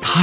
他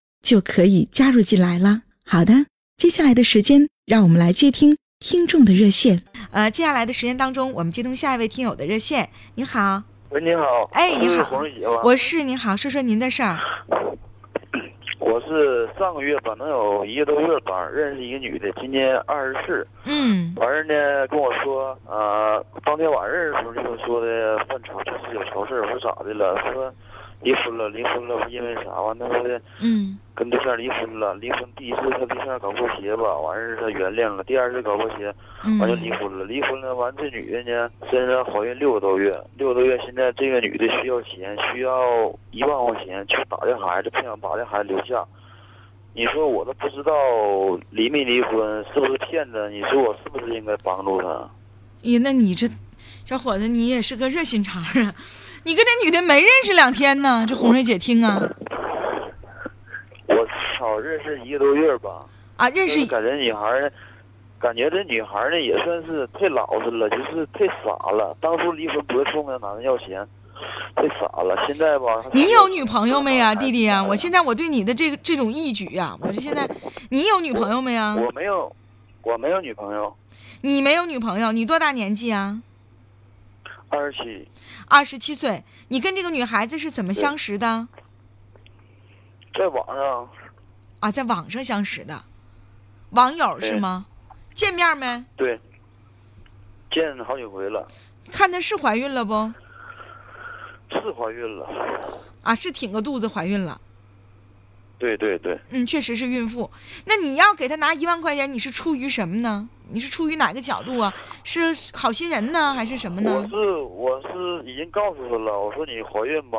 就可以加入进来了。好的，接下来的时间，让我们来接听听众的热线。呃，接下来的时间当中，我们接通下一位听友的热线。你好，喂，你好。哎你好黄姐吧？我是你好，说说您的事儿。我是上个月吧，能有一个多月吧，认识一个女的，今年二十四。嗯完事儿呢，跟我说，呃，当天晚上认识的时候就说的犯愁，就是有愁事儿。我说咋的了？说离婚了，离婚了，我说因为啥？完他说的嗯跟对象离婚了，离婚第一次他对象搞破鞋吧，完事儿他原谅了，第二次搞破鞋，完就离嗯婚了。离婚了，完这女的呢，现在怀孕六个多月，六个多月，现在这个女的需要钱，需要一万块钱去打这孩子，不想把这孩子留下。你说我都不知道离没离婚，是不是骗子？你说我是不是应该帮 助她？咦，哎那你这小伙子，你也是个热心肠啊！你跟这女的没认识两天呢，这红瑞姐听啊我少认识一个多月吧，啊，认识就是感觉女孩儿，感觉这女孩儿呢也算是太老实了，就是太傻了。当初离婚不是冲着男的要钱，太傻了。现在吧，你有女朋友没呀，她弟弟呀、我现在在我对你的这个这种义举呀、我就现在你有女朋友没呀、我没有，我没有女朋友，你没有女朋友，你多大年纪啊？二十七，二十七岁，你跟这个女孩子是怎么相识的在网上啊？在网上相识的，网友是吗？见面没？对见好几回了，看她是怀孕了不？是怀孕了，啊，是挺个肚子怀孕了，对对对，嗯，确实是孕妇。那你要给她拿一万块钱，你是出于什么呢？你是出于哪个角度啊？是好心人呢，还是什么我呢？是我是已经告诉她了，我说你怀孕吧，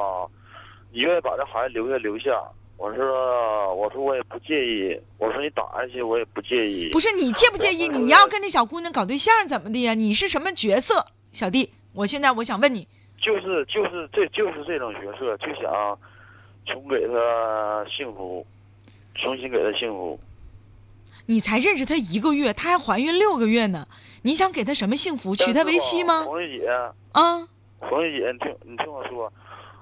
你愿意把这孩子留下留下。我说，我说我也不介意，我说你打下去我也不介意。不是你介不介意？你要跟这小姑娘搞对象怎么的呀？你是什么角色，小弟？我现在我想问你，就是就是这就是这种角色，就想重给她幸福，重新给她幸福。你才认识她一个月，她还怀孕六个月呢，你想给她什么幸福？娶她为妻吗？红玉姐，啊，红玉姐，你听你听我说，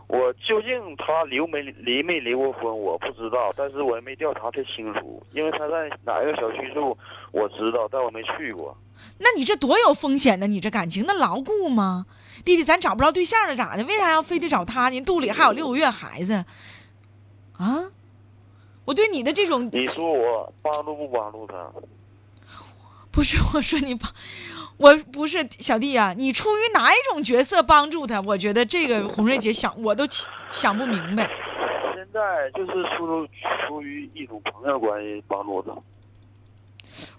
我究竟她离没离没离过婚，我不知道，但是我也没调查太清楚，因为她在哪个小区住，我知道，但我没去过。那你这多有风险呢？你这感情那牢固吗？弟弟，咱找不着对象了咋的？为啥要非得找他呢？肚里还有六个月孩子，啊？我对你的这种你说我帮助不帮助她？不是，我说你帮，我不是小弟呀、你出于哪一种角色帮助他？我觉得这个红瑞姐想我都想不明白。现在就是出出于一种朋友关系帮助她。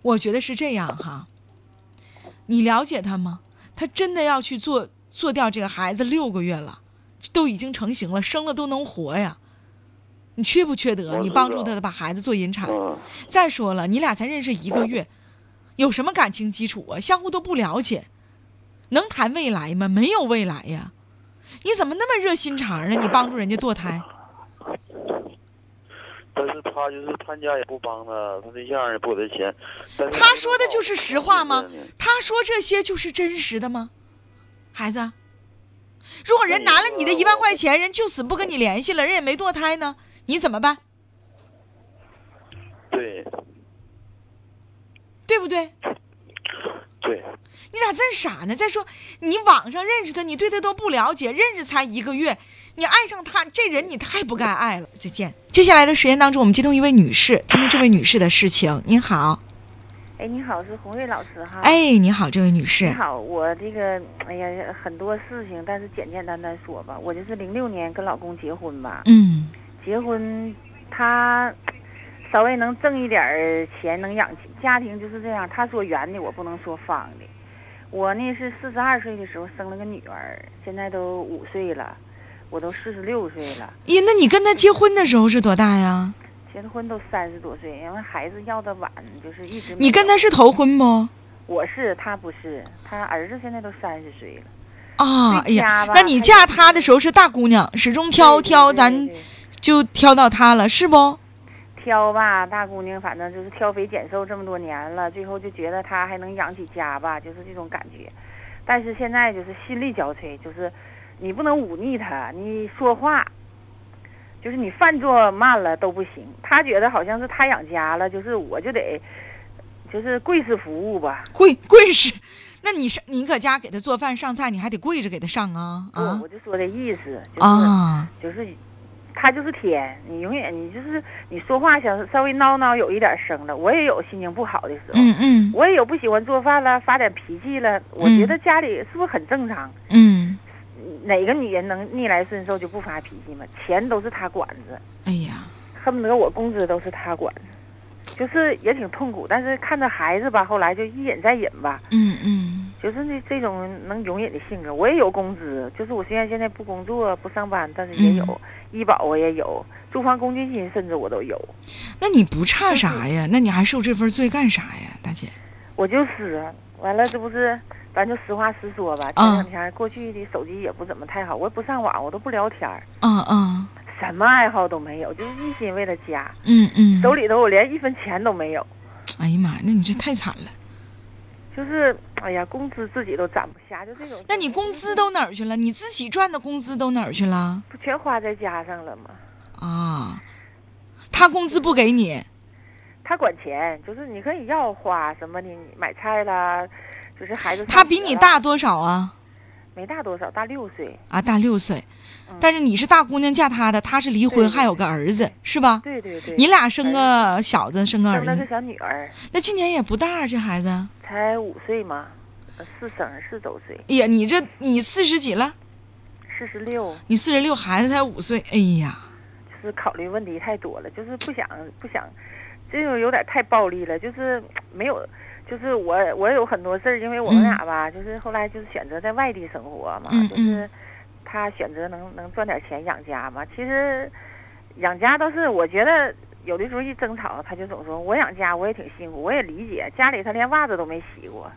我觉得是这样哈，你了解他吗？他真的要去做做掉这个孩子六个月了，都已经成型了，生了都能活呀。你缺不缺德？我你知帮助道他把孩子做引产。嗯，再说了，你俩才认识一个月，有什么感情基础啊？相互都不了解，能谈未来吗？没有未来呀。你怎么那么热心肠呢？你帮助人家堕胎，但是她就是她家也不帮她，她对象也不给她钱。但是他说的就是实话吗？嗯他说这些就是真实的吗？孩子，如果人拿了哎你的一万块钱，人就此不跟你联系了，人也没堕胎呢，你怎么办？对对不对？对，你咋这傻呢？再说你网上认识的，你对他都不了解，认识才一个月，你爱上他这人，你太不该爱了。再见。接下来的时间当中，我们接通一位女士，听听这位女士的事情。您好，哎，你好，是红瑞老师哈。，哎，你好，这位女你士，好，我这个哎呀，很多事情，但是简简单单说吧。我就是零六年跟老公结婚吧，嗯结婚他稍微能挣一点儿钱，能养起家庭就是这样。他说圆的，我不能说方的。我呢是四十二岁的时候生了个女儿，现在都五岁了，我都四十六岁了，咦，那你跟他结婚的时候是多大呀？结的婚都三十多岁，因为孩子要的晚，就是一直没你跟有他是头婚不？我是他不是，他儿子现在都三十岁了。啊，哎对呀家吧，那你还嫁有他的时候是大姑娘，始终挑对对挑，对咱对就挑到他了，是不？挑吧，大姑娘，反正就是挑肥拣瘦这么多年了，最后就觉得她还能养起家吧，就是这种感觉。但是现在就是心力交瘁，就是你不能忤逆她，你说话，就是你饭做慢了都不行。她觉得好像是她养家了，就是我就得，就是贵是服务吧。 跪跪是，那你上你搁家给他做饭上菜，你还得跪着给他上啊我啊我就说这意思，就是、啊！嗯就是他就是天，你永远你就是你说话想稍微闹闹有一点声了，我也有心情不好的时候，嗯嗯我也有不喜欢做饭了，发点脾气了，我嗯觉得家里是不是很正常？嗯，哪个女人能逆来顺受就不发脾气吗？钱都是他管着，哎呀，恨不得我工资都是他管着，就是也挺痛苦。但是看着孩子吧，后来就一忍再忍吧，嗯嗯就是这这种能容忍的性格，我也有工资，就是我虽然现在不工作不上班，但是也有、嗯医保，我也有住房公积金，甚至我都有。那你不差啥呀？那你还受这份罪干啥呀，大姐？我就是完了，这不是咱就实话实说吧。前啊两天过去的手机也不怎么太好，我也不上网，我都不聊天儿，啊啊，什么爱好都没有，就是一心为了家，嗯嗯，手里头我连一分钱都没有，哎呀妈呀，那你这太惨了。就是哎呀，工资自己都攒不下，就这种。那你工资都哪儿去了？你自己赚的工资都哪儿去了？不全花在家上了吗？啊，他工资不给你，他管钱，就是你可以要花什么的，你买菜啦，就是孩子。他比你，大多少啊？没大多少，大六岁。啊，大六岁嗯，但是你是大姑娘嫁他的，他是离婚，对还有个儿子，是吧？对对对。你俩生个小子，生个儿生了个子，小女儿，那今年也不大，这孩子。才五岁嘛，呃四生儿四周岁，哎呀，你这你四十几了？四十六。你四十六，孩子才五岁。哎呀，就是考虑问题太多了，就是不想不想，这种有点太暴力了，就是没有，就是我我有很多事儿，因为我们俩吧，就是后来就是选择在外地生活嘛，嗯就是他选择能能赚点钱养家嘛，其实养家倒是我觉得。有的时候一争吵，他就总说我养家，我也挺辛苦，我也理解。家里他连袜子都没洗过，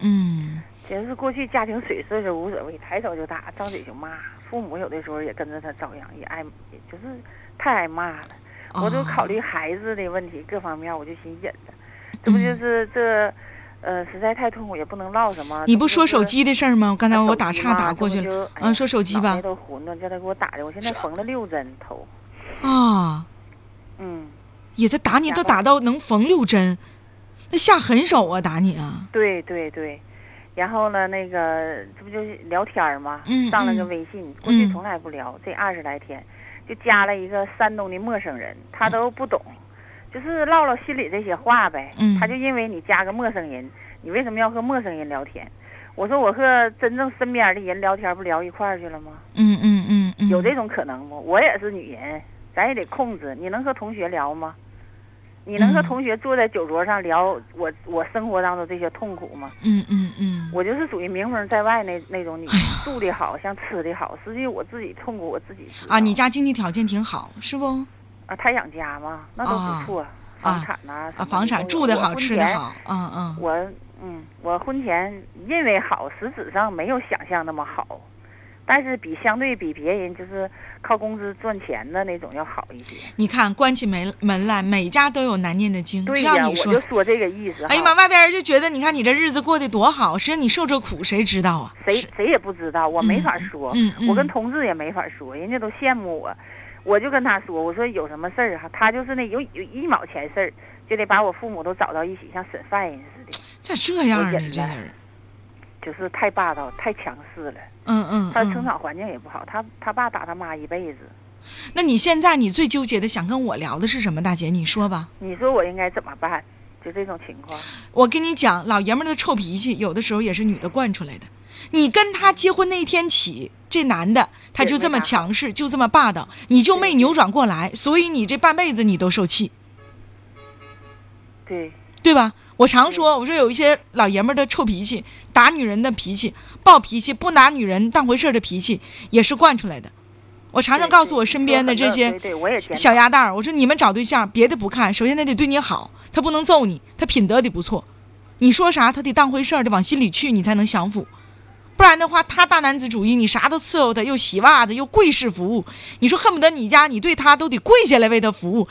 嗯，寻思过去家庭琐碎是无所谓，抬手就打，张嘴就骂。父母有的时候也跟着他遭殃，也爱，也就是太爱骂了。我就哦考虑孩子的问题各方面，我就寻忍着。这不嗯就是这，呃，实在太痛苦，也不能唠什么。你这不说就是手机的事儿吗？刚才我手打机岔嘛打这过不去就了。哎嗯，呀说手机脑吧袋。都糊弄，叫他给我打的，我现在缝了六针头。啊，嗯，也他打你然都后打到能缝六针，那下狠手啊，打你啊。对对对。然后呢，那个这不就是聊天儿吗？嗯上了个嗯微信，过去嗯从来不聊，这二十来天就加了一个山东的陌生人，嗯他都不懂，就是唠唠心里这些话呗。嗯他就因为你加个陌生人，你为什么要和陌生人聊天？我说我和真正身边的人聊天不聊一块儿去了吗？嗯嗯嗯嗯，有这种可能不？我也是女人，咱也得控制。你能和同学聊吗？你能和嗯同学坐在酒桌上聊我我生活当中这些痛苦吗？嗯嗯嗯，我就是属于名门在外那那种女哎人，住的好像吃的好，实际我自己痛苦我自己知道啊，你家经济条件挺好，是不？啊，他养家嘛，那都啊不错，啊房产呐、什么啊，的房都产有住的我好，婚吃的前好，嗯嗯，我嗯，我婚前认为好，实质上没有想象那么好，但是比相对比别人就是靠工资赚钱的那种要好一些。你看关起门门来，每家都有难念的经，对只呀，要我嗯你就说，说这个意思哈。哎呀妈，外边人就觉得你看你这日子过得多好，实际你受这苦谁知道啊？谁是谁也不知道，我没法说，嗯嗯我跟同志也没法说，人家都羡慕我，我就跟他说，我说有什么事啊儿哈，他就是那有有一毛钱事儿，就得把我父母都找到一起，像审犯人似的。咋这样呢？多这简个单人，就是太霸道、太强势了。嗯嗯，他成嗯长环境也不好，他他爸打他妈一辈子。那你现在你最纠结的想跟我聊的是什么，大姐？你说吧。你说我应该怎么办？就这种情况，我跟你讲，老爷们儿的臭脾气，有的时候也是女的惯出来的。你跟他结婚那一天起，这男的他就这么强势，就这么霸道，你就没扭转过来，所以你这半辈子你都受气，对对吧？我嗯常说，我说有一些老爷们儿的臭脾气，打女人的脾气，暴脾气，不拿女人当回事儿的脾气，也是惯出来的。我常常对告诉对我你身说边的很这乐些对对我也检小讨鸭蛋儿，我说你们找对象，别的不看，首先他得对你好，他不能揍你，他品德得不错，你说啥他得当回事儿，得往心里去，你才能享福。不然的话，他大男子主义，你啥都伺候他，又洗袜子，又跪式服务，你说恨不得你家你对他都得跪下来为他服务，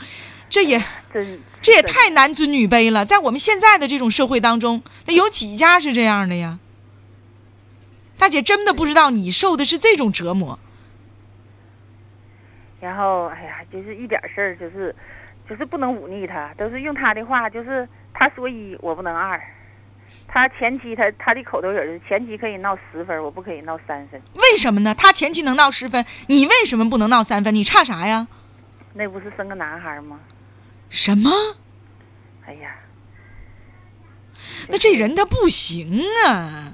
这也真这也真太男尊女卑了。在我们现在的这种社会当中，那有几家是这样的呀？大姐真的不知道你受的是这种折磨，然后哎呀，就是一点事儿，就是就是不能忤逆他，都是用他的话，就是他说一我不能二。他前期他他的口头语儿是前期可以闹十分儿，我不可以闹三分，为什么呢？他前期能闹十分，你为什么不能闹三分？你差啥呀？那不是生个男孩儿吗？什么？哎呀，那这人他不行啊！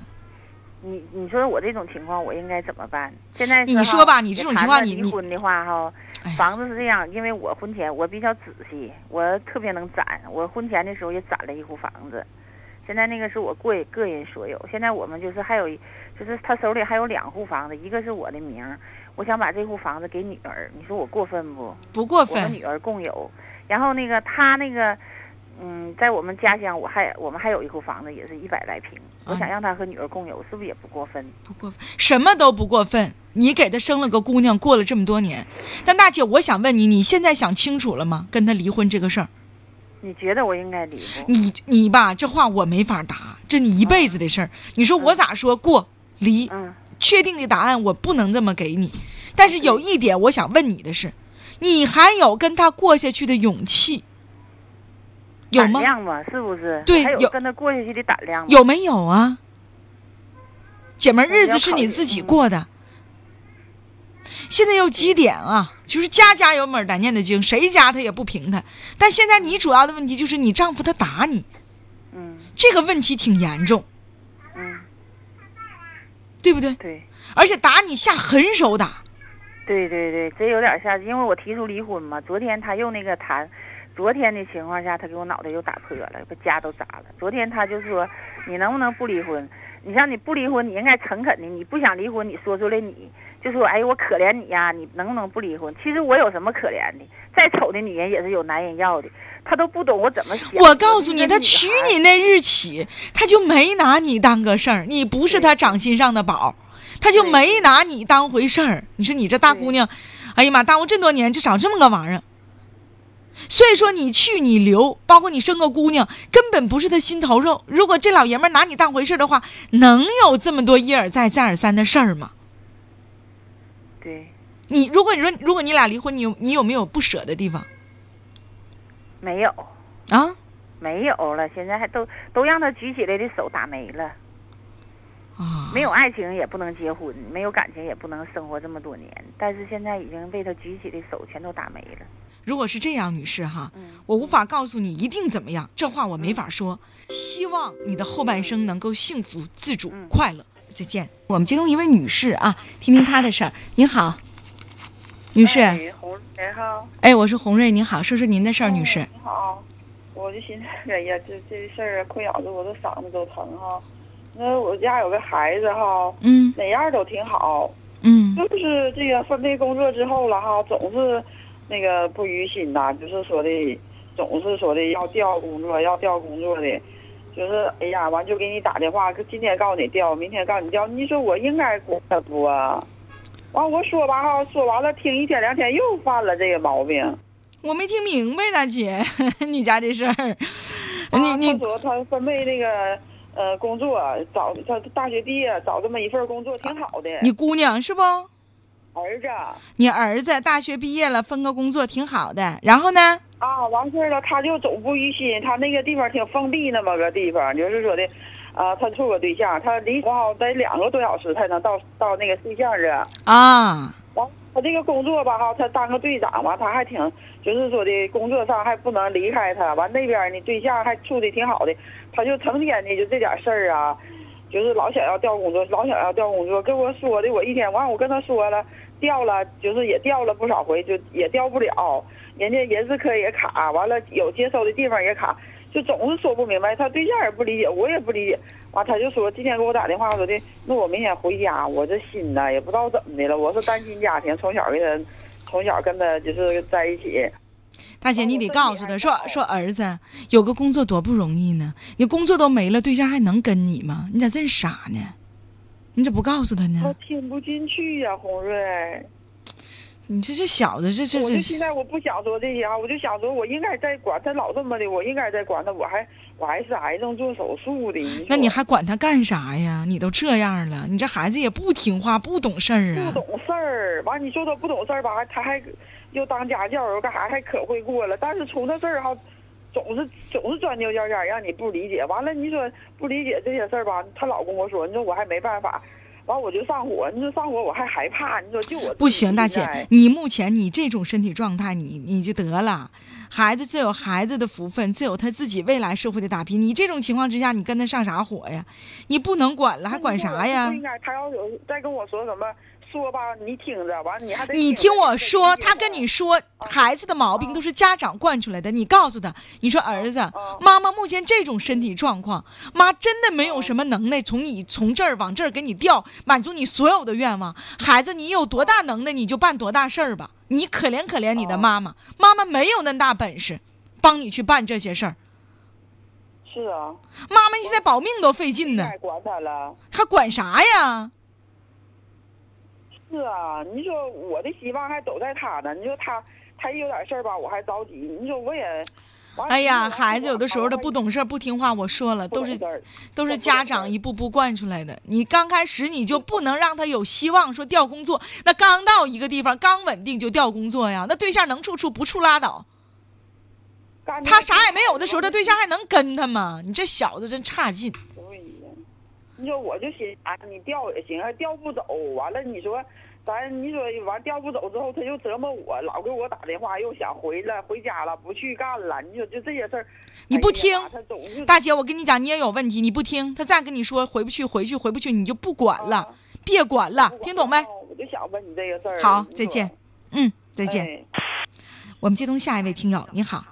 你你说我这种情况我应该怎么办？现在是你哈说吧你这种情况谈了你离婚的话哈哎呀，房子是这样，因为我婚前我比较仔细，我特别能攒，我婚前的时候也攒了一户房子，现在那个是我个人个人所有，现在我们就是还有一就是他手里还有两户房子，一个是我的名儿，我想把这户房子给女儿，你说我过分不？不过我和分，女儿共有。然后那个他那个，嗯，在我们家乡，我还我们还有一户房子，也是一百来平。我啊想让他和女儿共有，是不是也不过分？不过分，什么都不过分。你给他生了个姑娘，过了这么多年，但大姐，我想问你，你现在想清楚了吗？跟他离婚这个事儿，你觉得我应该离不？你你吧，这话我没法答，这你一辈子的事儿。你说我咋说过离？嗯，确定的答案我不能这么给你，但是嗯有一点我想问你的是，你还有跟他过下去的勇气，有吗嗯胆？量吗？是不是？对还有有跟他过下去的胆量吗？有没有啊？姐们儿，那你日子要是考你虑自己嗯过的。现在有几点啊？就是家家有本难念的经，谁家他也不平他。但现在你主要的问题就是你丈夫他打你，嗯这个问题挺严重，嗯，对不对？对而且打你下狠手打，对对对，这有点像，因为我提出离婚嘛。昨天他又那个谈。昨天的情况下，他给我脑袋又打破了，把家都砸了。昨天他就说：“你能不能不离婚？你像你不离婚，你应该诚恳的，你不想离婚，你说出来你，就说哎，我可怜你呀、你能不能不离婚？其实我有什么可怜的？再丑的女人也是有男人要的，他都不懂我怎么想。我告诉你，我他是一娶个女孩你那日起，他就没拿你当个事儿，你不是他掌心上的宝，他就对没拿你当回事儿。你说你这大姑娘，哎呀妈，耽误这么多年就找这么个玩意儿。所以说你去你留，包括你生个姑娘，根本不是他心头肉。如果这老爷们儿拿你当回事儿的话，能有这么多一而再再而三的事儿吗？对，你如果你说如果你俩离婚，你有你有没有不舍的地方没有啊？没有了，现在还都都让他举起来的手打没了。啊，没有爱情也不能结婚，没有感情也不能生活这么多年，但是现在已经被他举起的手全都打没了。如果是这样，女士哈，嗯我无法告诉你一定怎么样，这话我没法说。希望你的后半生能够幸福、自主、嗯快乐。再见，我们接通一位女士啊，听听她的事儿。您好，女士，哎，哎，红哎哈，我是洪瑞，您好，说说您的事儿，嗯女士哎。你好，我就寻思，哎呀，这这事儿啊，困扰的我都嗓子都疼哈。那我家有个孩子哈，嗯哪样都挺好，嗯就是这个分配工作之后了哈，总是那个不于心呐，就是说的，总是说的要调工作，要调工作的，就是哎呀，完就给你打电话，今天告诉你调，明天告诉你调，你说我应该管他不啊？完我说吧哈，说完了听一天两天又犯了这个毛病。我没听明白呢，姐， 你家这事儿，啊哎你他你说他分配那个呃工作，找他大学毕业找这么一份工作挺好的。你姑娘是不？儿子啊，你儿子大学毕业了，分个工作挺好的，然后呢？啊，完事儿了，他就总不于心，他那个地方挺封闭那么个地方，就是说的，啊，他处个对象，他离我好得两个多小时才能到到那个对象这。啊，完，他这个工作吧哈，他当个队长吧，他还挺，就是说的工作上还不能离开他。完那边呢，对象还处的挺好的，他就成天的就这点事儿啊，就是老想要调工作，老想要调工作，跟我说的，我一天完我跟他说了，调了，就是也调了不少回，就也调不了，人家人事科也卡，完了有接收的地方也卡。就总是说不明白，他对象也不理解，我也不理解。完、他就说今天给我打电话说的，那我明天回家，我这心呐也不知道怎么的了。我是单亲家庭，从小跟他，从小跟他就是在一起。大姐，哦你我得说告你诉还他是说好说儿子有个工作多不容易呢，你工作都没了，对象还能跟你吗？你咋这傻呢？你咋不告诉他他呢？听不进去呀、红瑞。你这这小子，这这我就现这，在我不想说这些啊，我就想说我应该再管他老这么的，我应该再管他，我还我还是癌症做手术的。说那你还管他干啥呀？你都这样了，你这孩子也不听话，不懂事儿不啊！懂事儿，完你说他不懂事儿吧，还他还又当家教又干啥，还可会过了。但是出那事儿哈，总是总是钻牛角尖儿，让你不理解。完了，你说不理解这些事儿吧，她老跟我说，你说我还没办法，完我就上火，你说上火我还害怕，你说就我不自己行，大现在姐，你目前你这种身体状态，你你就得了。孩子自有孩子的福分，自有他自己未来社会的打拼。你这种情况之下，你跟他上啥火呀？你不能管了，还管啥那你说我呀不？应该，他要有再跟我说什么说吧，你听着，完你还得你听听我说，他跟你说，孩子的毛病啊都是家长惯出来的。你告诉他，你说儿子，哦妈妈目前这种身体状况，妈真的没有什么能耐，从你从这儿往这儿给你调，满足你所有的愿望。孩子，你有多大能耐，你就办多大事儿吧。你可怜可怜你的哦妈妈，妈妈没有那么大本事，帮你去办这些事儿。是啊，妈妈现在保命都费劲呢该，管他了。还管啥呀？是啊，你说我的希望还都在他呢。你说他，他一有点事儿吧，我还着急。你说我也，完了哎呀，你说孩子有的时候他不懂事儿、不听话，我说了，啊不都懂是事儿都是我不家懂事长儿一步步惯出来的。你刚开始你就不能让他有希望说调工作，那刚到一个地方刚稳定就调工作呀，那对象能处处不处拉倒。干他啥也没有的嗯时候，他对象还能跟他吗？你这小子真差劲。不一样。你说我就寻啊，你调也行，还调不走。完了，你说咱你说完调不走之后，他又折磨我，老给我打电话，又想回来回家了，不去干了。你说就这些事儿，你不哎呀听他总是大姐，我跟你讲，你也有问题，你不听，他再跟你说回不去，回去，回不去，你就不管了，啊别管了不，管听懂没了？我就想问你这个事儿。好你，再说见。。嗯，再见。哎我们接通下一位听友，你好，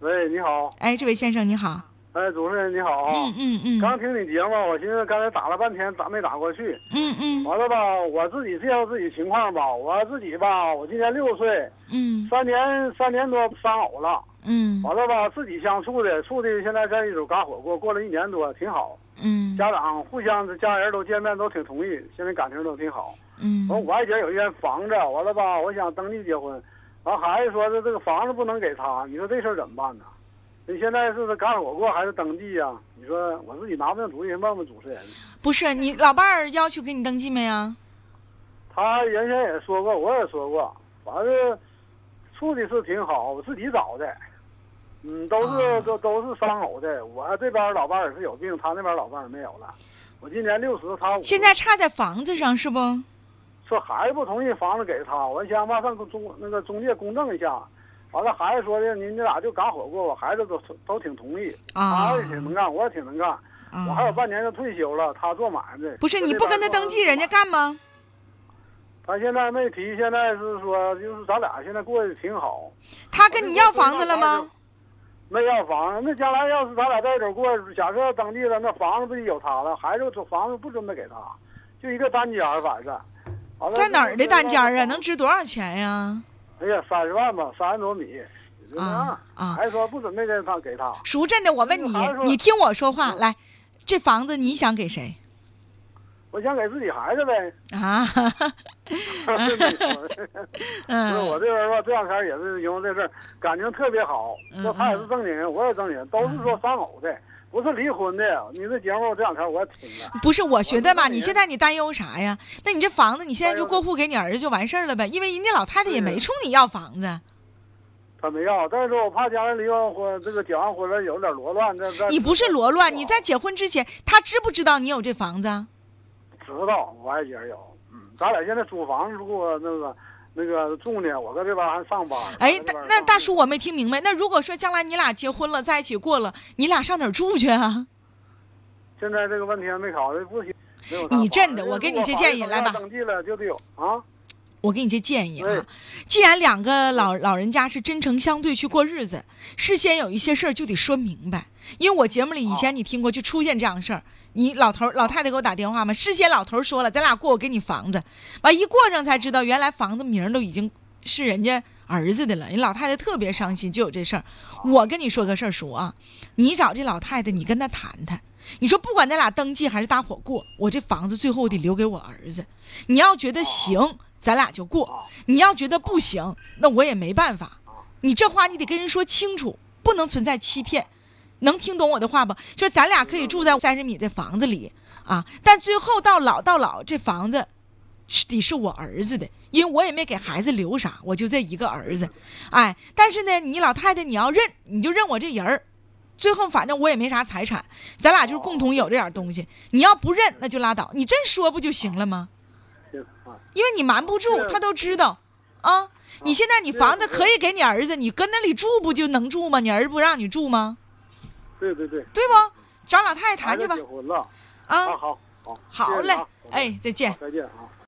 喂，你好，哎，这位先生你好，哎，主持人你好哦啊，嗯嗯嗯刚听你节目，我寻思刚才打了半天，咋没打过去？嗯嗯完了吧，我自己介绍自己情况吧，我自己吧，我今年六岁，嗯三年三年多丧偶了，哦嗯完了吧，自己相处的，处的现在在一组干火锅，过了一年多，挺好，嗯家长互相家人都见面都挺同意，现在感情都挺好。嗯哦完，我爱姐有一间房子，完了吧，我想登记结婚，完孩子说这这个房子不能给他，你说这事儿怎么办呢？你现在是干火锅还是登记呀、你说我自己拿不定主意，问问主持人。不是你老伴儿要求给你登记没啊？他原先也说过，我也说过，反正处的是挺好，我自己找的，嗯，都啊是都都是丧偶的。我这边老伴儿是有病，他那边老伴儿没有了。我今年六十，他五十现在差在房子上是不？说孩子不同意房子给他，我想往上中那个中介公证一下。完了，孩子说的，你你俩就干火锅，我孩子都都挺同意，啊他也挺能干，我也挺能干，我还有啊，半年就退休了，他做买卖。不是我你这不边跟他做登记，人家。干吗？他现在没提，现在是说就是咱俩现在过得挺好。他啊跟你要房子了吗？？没要房子，那将来要是咱俩在一起过，假设登记了，那房子不就有他了？孩子这房子不准备给他，就一个单间儿，反正。完了在哪儿的单间儿啊？就是能值多少钱呀？哎呀，三十万吧，三十多米，也就那样啊啊！还说不准备给他给他，熟镇的，我问你那个孩子，你听我说话，嗯来，这房子你想给谁我想给自己孩子 呗。啊？不是 我嗯这人吧，这两天也是因为这事儿，感情特别好。嗯说他也是正经人，我也正经人，都是说丧偶的，不是离婚的。你这节目我这两天我也听了。不是，我觉得吧，我问你你现在你担忧啥呀？那你这房子你现在担就忧过户给你儿子就完事儿了呗，因为人家老太太也对呀没冲你要房子。他没要。再说我怕将来离完婚，这个结完婚了有点罗乱，这这你不是罗乱，啊你在结婚之前，他知不知道你有这房子啊？知道，我也觉得有。嗯，咱俩现在租房如果那个那个住呢，我搁这边还上班。哎，搁这那边上那班大叔，我没听明白。那如果说将来你俩结婚了，在一起过了，你俩上哪儿住去啊？现在这个问题还没考虑，不行。没有啥你法真的因为我给如你果些法建律议上来要吧登记了就得有啊。我给你些建议对啊，既然两个老老人家是真诚相对去过日子，事先有一些事儿就得说明白。因为我节目里以前你听过，就出现这样的事儿。你老头儿老太太给我打电话嘛，事先老头儿说了，咱俩过我给你房子，完一过上才知道，原来房子名儿都已经是人家儿子的了。人老太太特别伤心，就有这事儿。我跟你说个事儿，叔啊，你找这老太太，你跟她谈谈。你说不管咱俩登记还是搭伙过，我这房子最后得留给我儿子。你要觉得行，咱俩就过；啊你要觉得不行，那我也没办法。你这话你得跟人说清楚，不能存在欺骗。能听懂我的话不？说咱俩可以住在三十米的房子里啊，但最后到老到老，这房子是得是我儿子的，因为我也没给孩子留啥，我就这一个儿子。哎，但是呢，你老太太你要认，你就认我这人儿。最后反正我也没啥财产，咱俩就是共同有这点儿东西。你要不认，那就拉倒。你真说不就行了吗？行啊，因为你瞒不住，是他都知道，啊，你现在你房子可以给你儿子，你跟那里住不就能住吗？你儿子不让你住吗？对对对，对不？找老太太孩谈子去吧结，婚了啊，啊，好好好谢谢嘞啊，哎，再见。再见啊。